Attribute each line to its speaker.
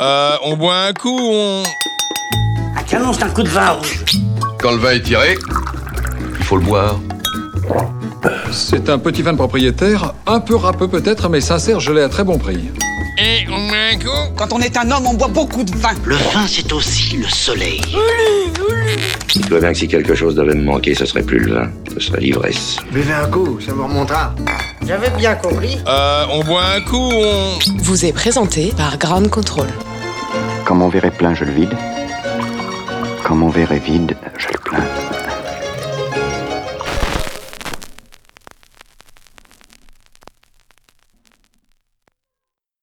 Speaker 1: Euh, on boit un coup, on...
Speaker 2: Un canon, c'est un coup de vin rouge.
Speaker 3: Quand le vin est tiré, il faut le boire.
Speaker 4: C'est un petit vin de propriétaire, un peu râpeux peut-être, mais sincère, je l'ai à très bon prix.
Speaker 1: Et on boit un coup
Speaker 5: Quand on est un homme, on boit beaucoup de vin.
Speaker 6: Le vin, c'est aussi le soleil.
Speaker 7: Il doit bien que si quelque chose devait me manquer, ce serait plus le vin, ce serait l'ivresse.
Speaker 8: Buvez un coup, ça vous remontera.
Speaker 2: J'avais bien compris.
Speaker 1: Euh, on boit un coup, on...
Speaker 9: vous est présenté par Ground Control.
Speaker 7: Quand mon verre est plein, je le vide. Quand mon verre est vide, je le